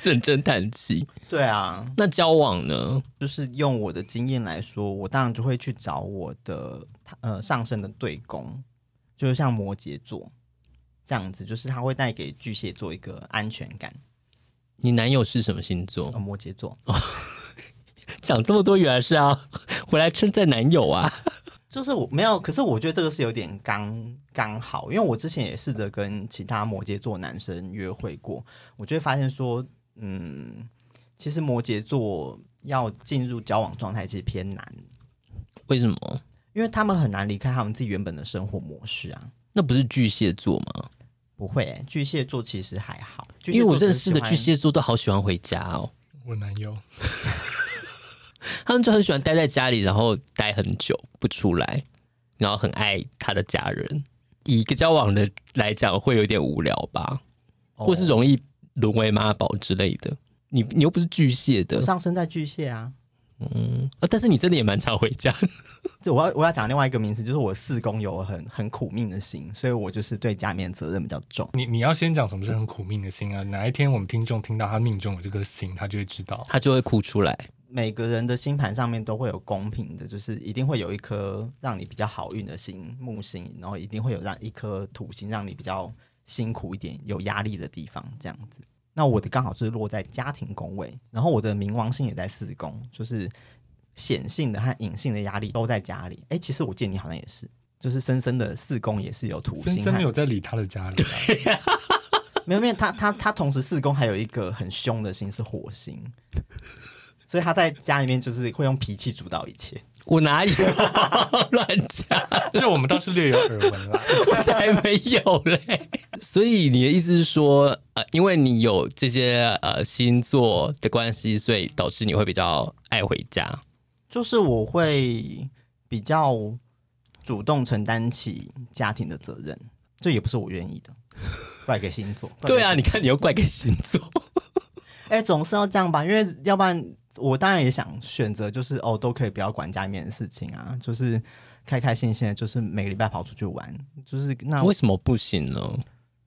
认真叹气。对啊，那交往呢？就是用我的经验来说，我当然就会去找我的呃上升的对宫，就是像摩羯座这样子，就是它会带给巨蟹座一个安全感。你男友是什么星呃，座？摩羯座 讲这么多，原来是要回来称赞男友啊。就是我没有，可是我觉得这个是有点刚刚好，因为我之前也试着跟其他摩羯座男生约会过，我就会发现说，嗯，其实摩羯座要进入交往状态其实偏难，为什么？因为他们很难离开他们自己原本的生活模式啊。那不是巨蟹座吗？不会、欸，巨蟹座其实还好，巨蟹因为我座只认是识的喜欢巨蟹座都好喜欢回家哦，我男友他们就很喜欢待在家里，然后待很久不出来，然后很爱他的家人。以一个交往的来讲，会有点无聊吧，哦或是容易沦为妈宝之类的。你你又不是巨蟹的我，上升在巨蟹啊。呃但是你真的也蛮常回家的。这我要我要讲另外一个名词，就是我四宫有很很苦命的心，所以我就是对家里面的责任比较重。你你要先讲什么是很苦命的心啊？哪一天我们听众听到他命中我这颗心，他就会知道。他就会哭出来。每个人的星盘上面都会有公平的，就是一定会有一颗让你比较好运的星木星，然后一定会有让一颗土星让你比较辛苦一点、有压力的地方，这样子。那我的刚好是落在家庭宫位，然后我的冥王星也在四宫，就是显性的和隐性的压力都在家里。哎，其实我见你好像也是，就是深深的四宫也是有土森星森和没有在理他的家里、 啊，没有，因为他他他同时四宫还有一个很凶的星是火星，所以他在家里面就是会用脾气主导一切。 我哪有 乱讲？这我们倒是略有耳闻啦。我 才没有嘞。所以你的意思是说，呃，因为你有这些呃星座的关系，所以导致你会比较爱回家。就是我会比较主动承担起家庭的责任，这也不是我愿意的，怪给星座。怪给 对啊，你看你又怪给星 座。哎、总是要这样吧，因为要不然我当然也想选择，就是哦，都可以不要管家里面的事情啊，就是开开心心的，就是每个礼拜跑出去玩，就是那为什么不行呢？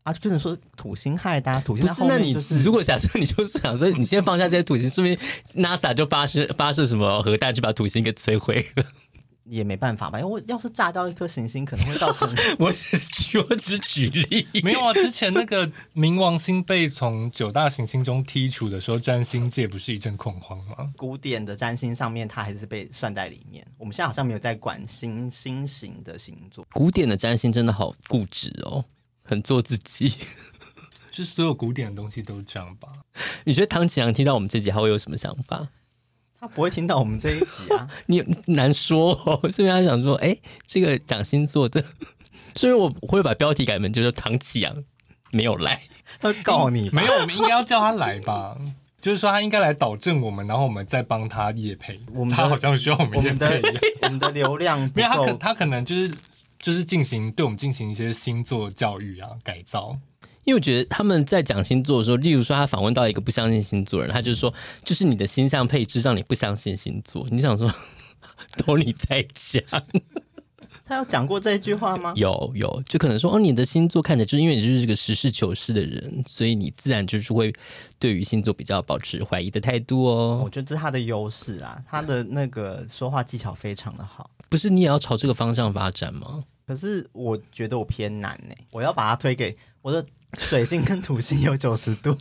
啊，就是说土星害的、啊，土星不在是，后那面你就是如果假设你就是想说，你先放下这些土星，顺便 NASA 就发射发射什么核弹去把土星给摧毁了。 也没办法吧，因为我要是炸掉一颗行星，可能会造 成我只举我只举例，没有啊，之前那个冥王星被从九大行星中剔除的时候，占星界不是一阵恐慌吗？古典的占星上面，它还是被算在里面。我们现在好像没有在管星星型的星座，古典的占星真的好固执哦，很做自己。 是所有古典的东西都这 样吧？你觉得唐启阳听到我们这集他会有什么想法？他不会听到我们这一集 啊。你难说哦， 是不是他想说，哎、这个讲星座的， 所以我会把标题改成就是唐启阳没有来，他会告你吧没有，我们应该要叫他来吧。就是说，他应该来导正我们，然后我们再帮他夜配。我们的他好像需要我我们夜们的配一样。 我们的流量不 没有，他可够，他可能就是就是进行对我们进行一些星座教育啊改造。因为我觉得他们在讲星座的时候，例如说他访问到一个不相信星座的人，他就说，就是你的星象配置让你不相信星座，你想说 都你在讲，他有讲过这句话吗？有有，就可能说哦，你的星座看着就是因为你就是个实事求是的人，所以你自然就是会对于星座比较保持怀疑的态度哦我。觉得这是他的优势啊，他的那个说话技巧非常的好。不是你也要朝这个方向发展吗？可是我觉得我偏难呢、我要把它推给我的水星跟土星有九十 度，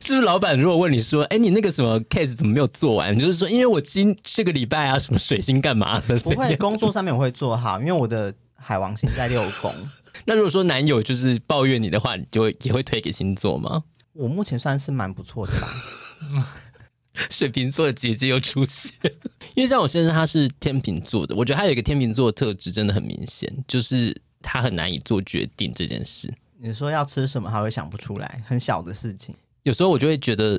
是不是老板如果问你说，哎，你那个什么 case 怎么没有做完？你就是说，因为我今这个礼拜啊，什么水星干嘛 了？不怎会样工作上面我会做好，因为我的海王星在六宫。那如果说男友就是抱怨你的话，你就会也会推给星座吗？ 我目前算是蛮不错的吧。 水瓶座的姐姐又出现，因为像我先生他是天秤座的，我觉得他有一个天秤座的特质真的很明显，就是他很难以做决定这件事。你说要吃什么，他会想不出来，很小的事情。有时候我就会觉得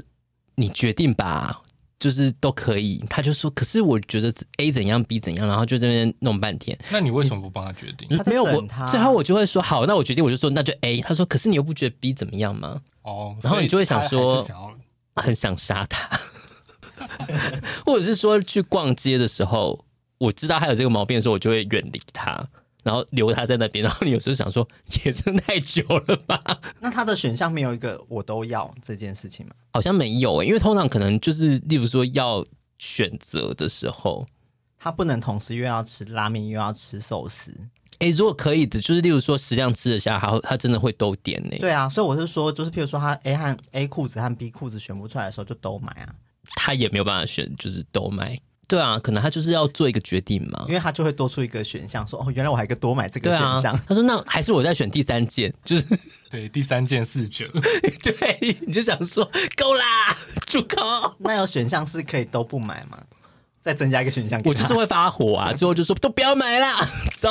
你决定吧，就是都可以。他就说，可是我觉得 A 怎样 B 怎样，然后就这边弄半天。那你为什么不帮他决定？他在没有整我他，最后我就会说好，那我决定我就说那就 A。他说可是你又不觉得 B 怎么样吗？哦，然后你就会想所以他还说是想要很想杀他， 或者是说去逛街的时候，我知道他有这个毛病的时候，我就会远离他，然后留他在那边。然后你有时候想说也真太久了吧，那他的选项没有一个我都要这件事情嘛？好像没有、欸，因为通常可能就是例如说要选择的时候，他不能同时又要吃拉面又要吃寿司。诶，如果可以的，就是例如说食量吃得下，他他真的会都点欸呢、对啊，所以我是说，就是譬如说他 A 和 A 裤子和 B 裤子选不出来的时候，就都买啊。他也没有办法选，就是都买。对啊，可能他就是要做一个决定嘛因。为他就会多出一个选项，说哦，原来我还可以多买这个对啊选项。，他说那还是我再选第三件，就是 对，第三件四折，对，你就想说够啦， 住口。那有选项是可以都不买吗？再增加一个选项给他，我就是会发火啊，最后就说都不要买啦， 走。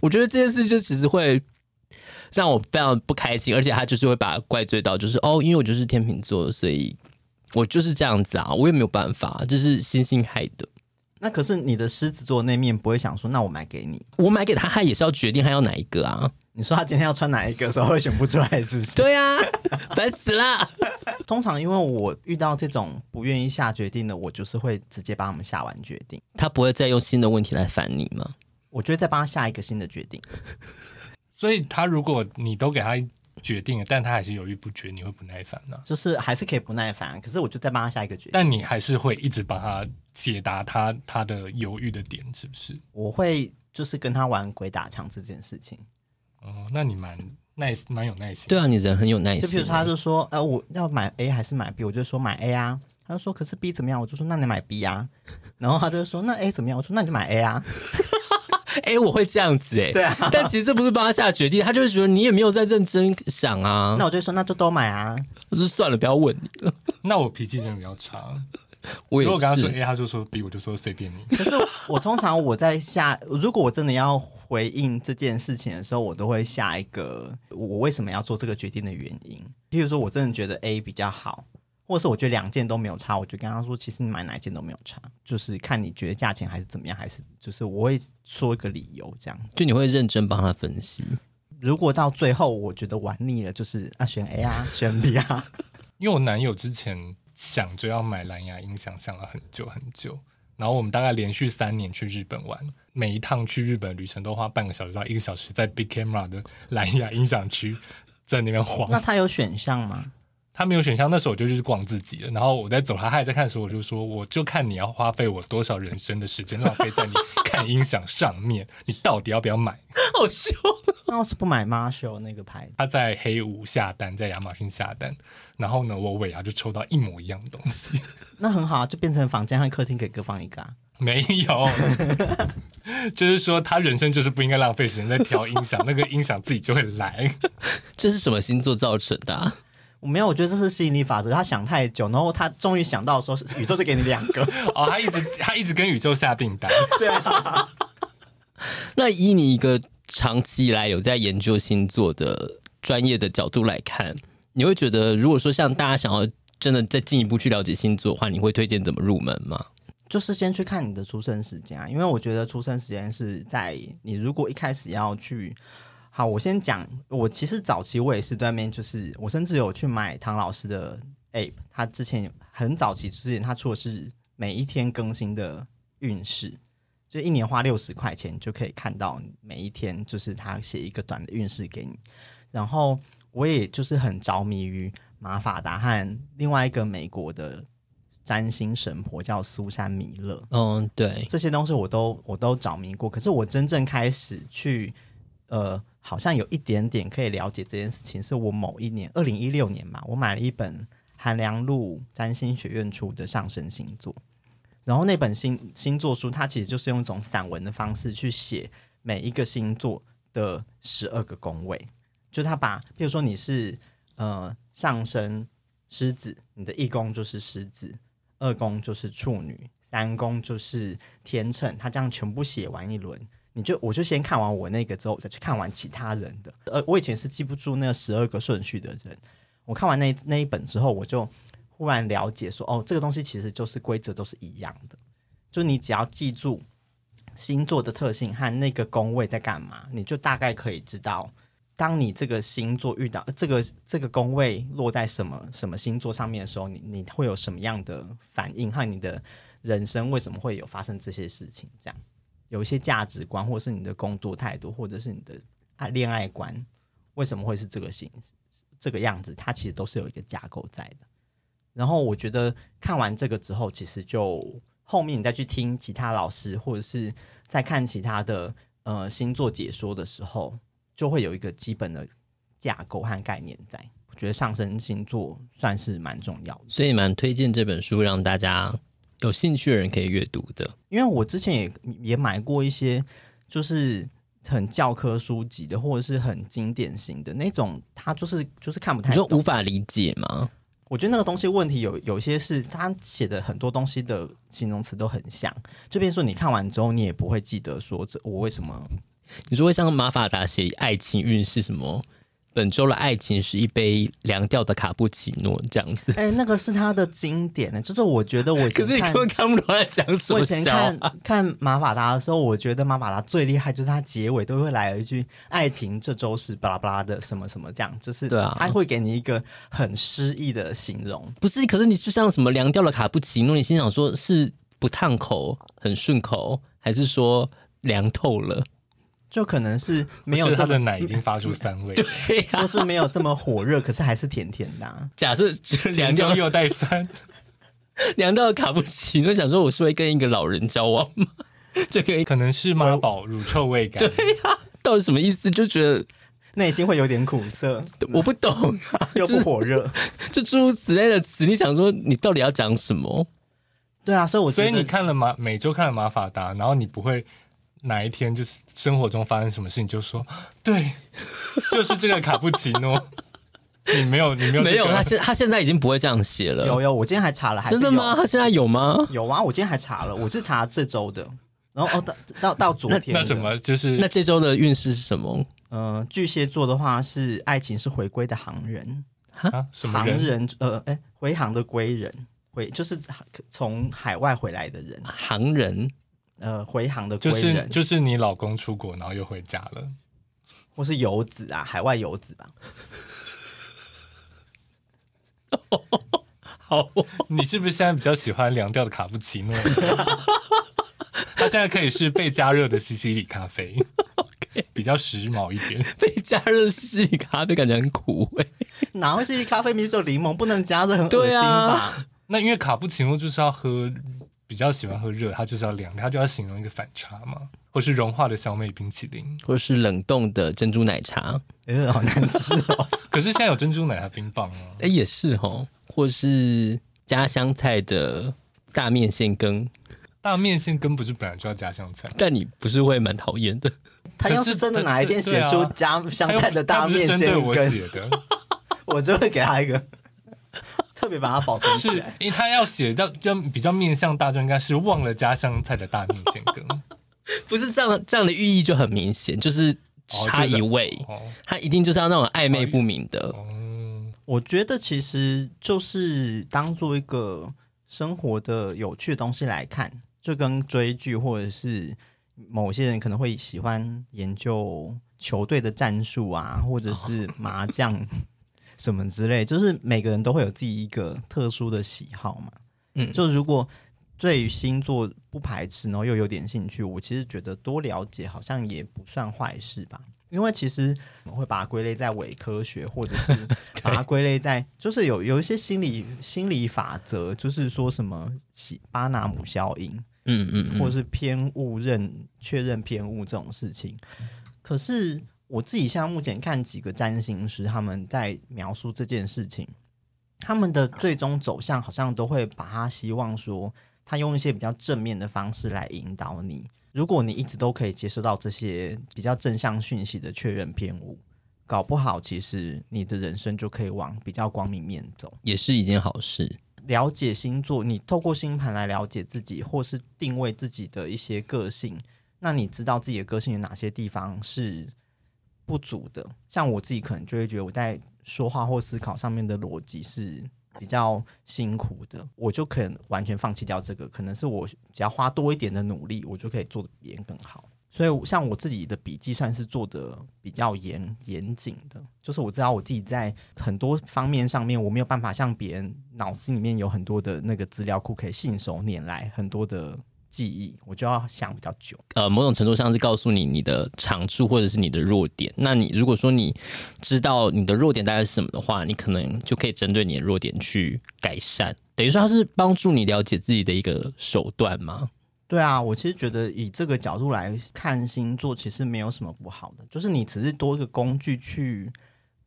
我觉得这件事就其实会让我非常不开心，而且他就是会把它怪罪到，就是哦，因为我就是天秤座，所以我就是这样子啊，我也没有办法，这是星星害的。那可是你的狮子座那面不会想说，那我买给你。我买给他，他也是要决定他要哪一个啊。你说他今天要穿哪一个的时候会选不出来，是不是？对啊， 烦死了。通常因为我遇到这种不愿意下决定的，我就是会直接帮他们下完决定，他不会再用新的问题来烦你吗？我就会再帮他下一个新的决定。所以他如果你都给他决定了，但他还是犹豫不决，你会不耐烦的、就是还是可以不耐烦，可是我就再帮他下一个决定。但你还是会一直帮他解答他他的犹豫的点，是不是？我会就是跟他玩鬼打墙这件事情，哦，那你蛮耐蛮有耐心。对啊，你人很有耐心。就比如说他就说，呃，我要买 A 还是买 B，我就说买 A 啊。他就说，可是 B 怎么样？我就说那你买 B 啊。然后他就说那 A 怎么样？我说那你就买 A 啊。哎、我会这样子哎、对啊，但其实这不是帮他下决定，他就会觉得你也没有在认真想啊。那我就会说那就都买啊。我说算了，不要问你了。那我脾气真的比较差，我如也果我跟他说是， A，他就说 B，我就说随便你。 可是我通常我在下，如果我真的要回应这件事情的时候，我都会下一个我我为什么要做这个决定的原因。譬如说，我真的觉得 A 比较好，或者是我觉得两件都没有差，我就跟他说，其实你买哪一件都没有差，就是看你觉得价钱还是怎么样，还是就是我会说一个理由这样。就你会认真帮他分析。如果到最后我觉得玩腻了，就是啊选 A 啊， 选 B 啊，因为我男友之前想着要买蓝牙音响，想了很久很久。然后我们大概连续三年去日本玩，每一趟去日本旅程都花半个小时到一个小时在 Big Camera 的蓝牙音响区在那边晃。那他有选项吗？他没有选项，那时候我就去逛自己了。然后我在走，他还在看的时候，我就说，我就看你要花费我多少人生的时间浪费在你看音响上面，你到底要不要买？ 好凶！那我是不买 Marshall 那个牌子。他在黑五下单，在亚马逊下单，然后呢，我尾牙就抽到一模一样的东西， 那很好啊，就变成房间和客厅给各放一个啊。没有。就是说，他人生就是不应该浪费时间在调音响，那个音响自己就会来。这是什么星座造成的、啊？我没有，我觉得这是吸引力法则。他想太久，然后他终于想到的时候，是宇宙就给你两个。哦，他一直他一直跟宇宙下订单，那以你一个长期以来有在研究星座的专业的角度来看，你会觉得，如果说像大家想要真的再进一步去了解星座的话，你会推荐怎么入门吗？就是先去看你的出生时间啊，因为我觉得出生时间是在你如果一开始要去。好，我先讲，我其实早期我也是在那边，就是我甚至有去买唐老师的 app，他之前很早期之前他出的是每一天更新的运势，就一年花六十块钱就可以看到每一天，就是他写一个短的运势给你。然后我也就是很着迷于马法达和另外一个美国的占星神婆叫苏珊·米勒，嗯，对，这些东西我都我都着迷过。可是我真正开始去，呃，好像有一点点可以了解这件事情，是我某一年，二零一六年嘛，我买了一本韩良露占星学院出的上升星座，然后那本星星座书，它其实就是用一种散文的方式去写每一个星座的十二个宫位，就它把，譬如说你是呃上升狮子，你的一宫就是狮子，二宫就是处女，三宫就是天秤，他这样全部写完一轮，你就我就先看完我那个之后，我再去看完其他人的。呃，我以前是记不住那十二个顺序的人，我看完那那一本之后，我就忽然了解说，哦，这个东西其实就是规则都是一样的，就你只要记住星座的特性和那个宫位在干嘛，你就大概可以知道。当你这个星座遇到呃这个这个宫位落在什么什么星座上面的时候，你你会有什么样的反应和你的人生为什么会有发生这些事情？这样有一些价值观，或者是你的工作态度，或者是你的爱恋爱观，为什么会是这个形这个样子？它其实都是有一个架构在的。然后我觉得看完这个之后，其实就后面你再去听其他老师，或者是在看其他的呃星座解说的时候，就会有一个基本的架构和概念在。我觉得上升星座算是蛮重要的。所以蛮推荐这本书让大家有兴趣的人可以阅读的。因为我之前也也买过一些，就是很教科书级的，或者是很经典型的那种，它就是就是看不你太说懂。无法理解吗？我觉得那个东西问题有有一些是它写的很多东西的形容词都很像，就变成说你看完之后你也不会记得说这我为 什么你说会像马法达写爱情运是什么？本周的爱情是一杯凉掉的卡布奇诺这样 子。哎、那个是他的经典呢、欸就是我觉得我以前可是你看根本看不懂他在讲什我么啊以前笑看话。看马法达的时候，我觉得马法达最厉害就是他结尾都会来一句“爱情这周是巴拉巴拉的什么什么”这样，就是对啊他会给你一个很诗意的形容。不是，可是你就像什么凉掉了卡布奇诺，你心想说是不烫口、很顺口，还是说凉透了？ 就可能是没有这是他的么，奶已经发出酸味，对哎呀、或是没有这么火热，可是还是甜甜的、啊。假设就凉甜掉中又带酸。 凉到卡布奇诺，想说我是会跟一个老人交往 吗？这个可能是妈宝乳臭未干， 到底什么意思？就觉得内心会有点苦 涩，我不懂啊， 又不火热。就诸如此类的词，你想说你到底要讲什么？对啊，所以我觉 所得以你看了马每周看了马法达，然后你不会哪一天就是生活中发生什么事，你就说对， 就是这个卡布奇诺。 你没有，你没有、没有，他现他现在已经不会这样写了。有有，我今天还查了，还是真的吗？有？他现在有吗？有啊，我今天还查 了，我是查这周的，然后哦到到到昨天那的什么就是那这周的运势是什么？呃，巨蟹座的话是爱情是回归的航人，啊什么航人？人呃，哎，回航的归人，回就是从海外回来的人，行人呃，回航的就归是人，就是你老公出国，然后又回家了。或是游子啊，海外游子吧。 好，你是不是现在比较喜欢凉掉的卡布奇诺？ 他现在可以是被加热的西西里咖 啡比较时髦一点。被加热西里咖啡感觉很苦哎、哪会是咖啡明明只有柠檬，不能加热，很恶对心吧？啊那因为卡布奇诺就是要喝，比较喜欢喝热，它就是要凉，它就要形容一个反差嘛，或是融化的小美冰淇淋。或是冷冻的珍珠奶茶，啊呃，好难 吃哦。可是现在有珍珠奶茶冰棒啊，哎、也是哦，或是家乡菜的大面线羹，大面线根本就本来就要加香菜，但你不是会蛮讨厌的？ 他要是真的哪一天写对出啊加香菜的它大又不面它不是针线对我羹，写的，我就会给他一个特别把它保存起是来。因为他要写到就比较面向大众，应该是忘了加香菜的大面线羹。不是这样，这样的寓意就很明显，就是差一位，哦他一定就是要那种暧昧不明的。哦，我觉得其实就是当做一个生活的有趣的东西来看，就跟追剧或者是某些人可能会喜欢研究球队的战术啊，或者是麻将什么之类，就是每个人都会有自己一个特殊的喜好嘛。嗯就如果对于星座不排斥，然后又有点兴趣，我其实觉得多了解好像也不算坏事吧。因为其实我会把它归类在伪科学，或者是把它归类在，就是有有一些心理心理法则，就是说什么喜巴纳姆效应，嗯嗯或嗯，是偏误认确认偏误这种事情。可是我自己现在目前看几个占星师他们在描述这件事情，他们的最终走向好像都会把他希望说，他用一些比较正面的方式来引导你。如果你一直都可以接收到这些比较正向讯息的确认偏误，搞不好其实你的人生就可以往比较光明面走。也是一件好事。了解星座，你透过星盘来了解自己，或是定位自己的一些个性，那你知道自己的个性有哪些地方是不足的。像我自己可能就会觉得我在说话或思考上面的逻辑是比较辛苦的，我就可能完全放弃掉这个，可能是我只要花多一点的努力，我就可以做的比别人更好。所以，像我自己的笔记算是做的比较严严谨的，就是我知道我自己在很多方面上面，我没有办法像别人脑子里面有很多的那个资料库可以信手拈来，很多的记忆，我就要想比较久。呃，某种程度上是告诉你你的长处或者是你的弱点。那你如果说你知道你的弱点大概是什么的话，你可能就可以针对你的弱点去改善。等于说，它是帮助你了解自己的一个手段吗？对啊，我其实觉得以这个角度来看星座，其实没有什么不好的，就是你只是多一个工具去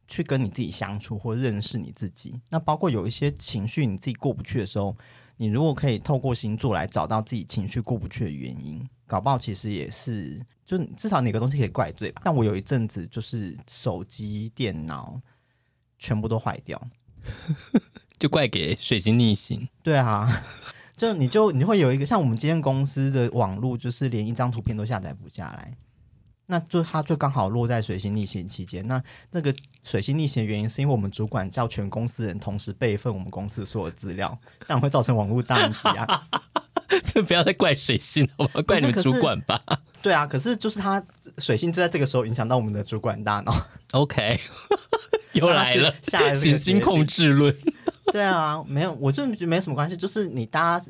去跟你自己相处或认识你自己。那包括有一些情绪你自己过不去的时候，你如果可以透过星座来找到自己情绪过不去的原因，搞不好其实也是，就至少哪个东西可以怪罪吧。但我有一阵子就是手机、电脑全部都坏掉，就怪给水星逆行。 对啊， 就你就你会有一个像我们今天公司的网络，就是连一张图片都下载不下来，那就它就刚好落在水星逆行期间。那那个水星逆行的原因是因为我们主管叫全公司人同时备份我们公司所有资料，但会造成网络宕机 啊。这不要再怪水星好吗？怪你们可是主管吧。对啊，可是就是它水星就在这个时候影响到我们的主管大脑。 OK，又来了，下来这个行星控制论。对啊，没有，我就觉得没什么关系，就是你大家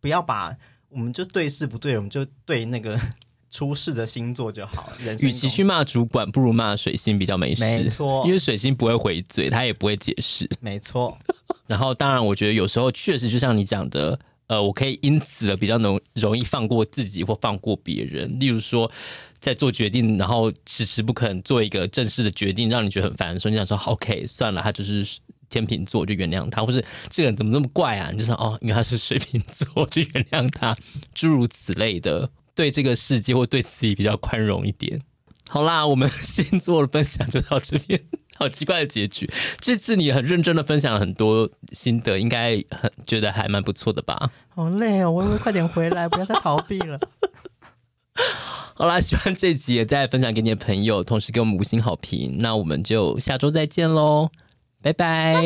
不要把我们就对事不对人，我们就对那个 出事的星座就好了。人生与其中去骂主管，不如骂水星比较没事。没错因为水星不会回嘴，他也不会解释。没错，然后，当然，我觉得有时候确实就像你讲的，呃，我可以因此比较能容易放过自己或放过别人。例如说，在做决定，然后迟迟不肯做一个正式的决定，让你觉得很烦的时候，你想说好 OK 算了，他就是天秤座，就原谅他；或是这个人怎么那么怪啊？你就想哦，因为他是水瓶座，就原谅他，诸如此类的，对这个世界或对自己比较宽容一点。好啦，我们星座的分享就到这边，好奇怪的结局。 这次你很认真的分享了很多心得，应该很觉得还蛮不错的吧？好累哦，微微快点回来，不要再逃避了。 好啦，喜欢这集也再分享给你的朋友，同时给我们五星好评。那我们就下周再见喽，拜拜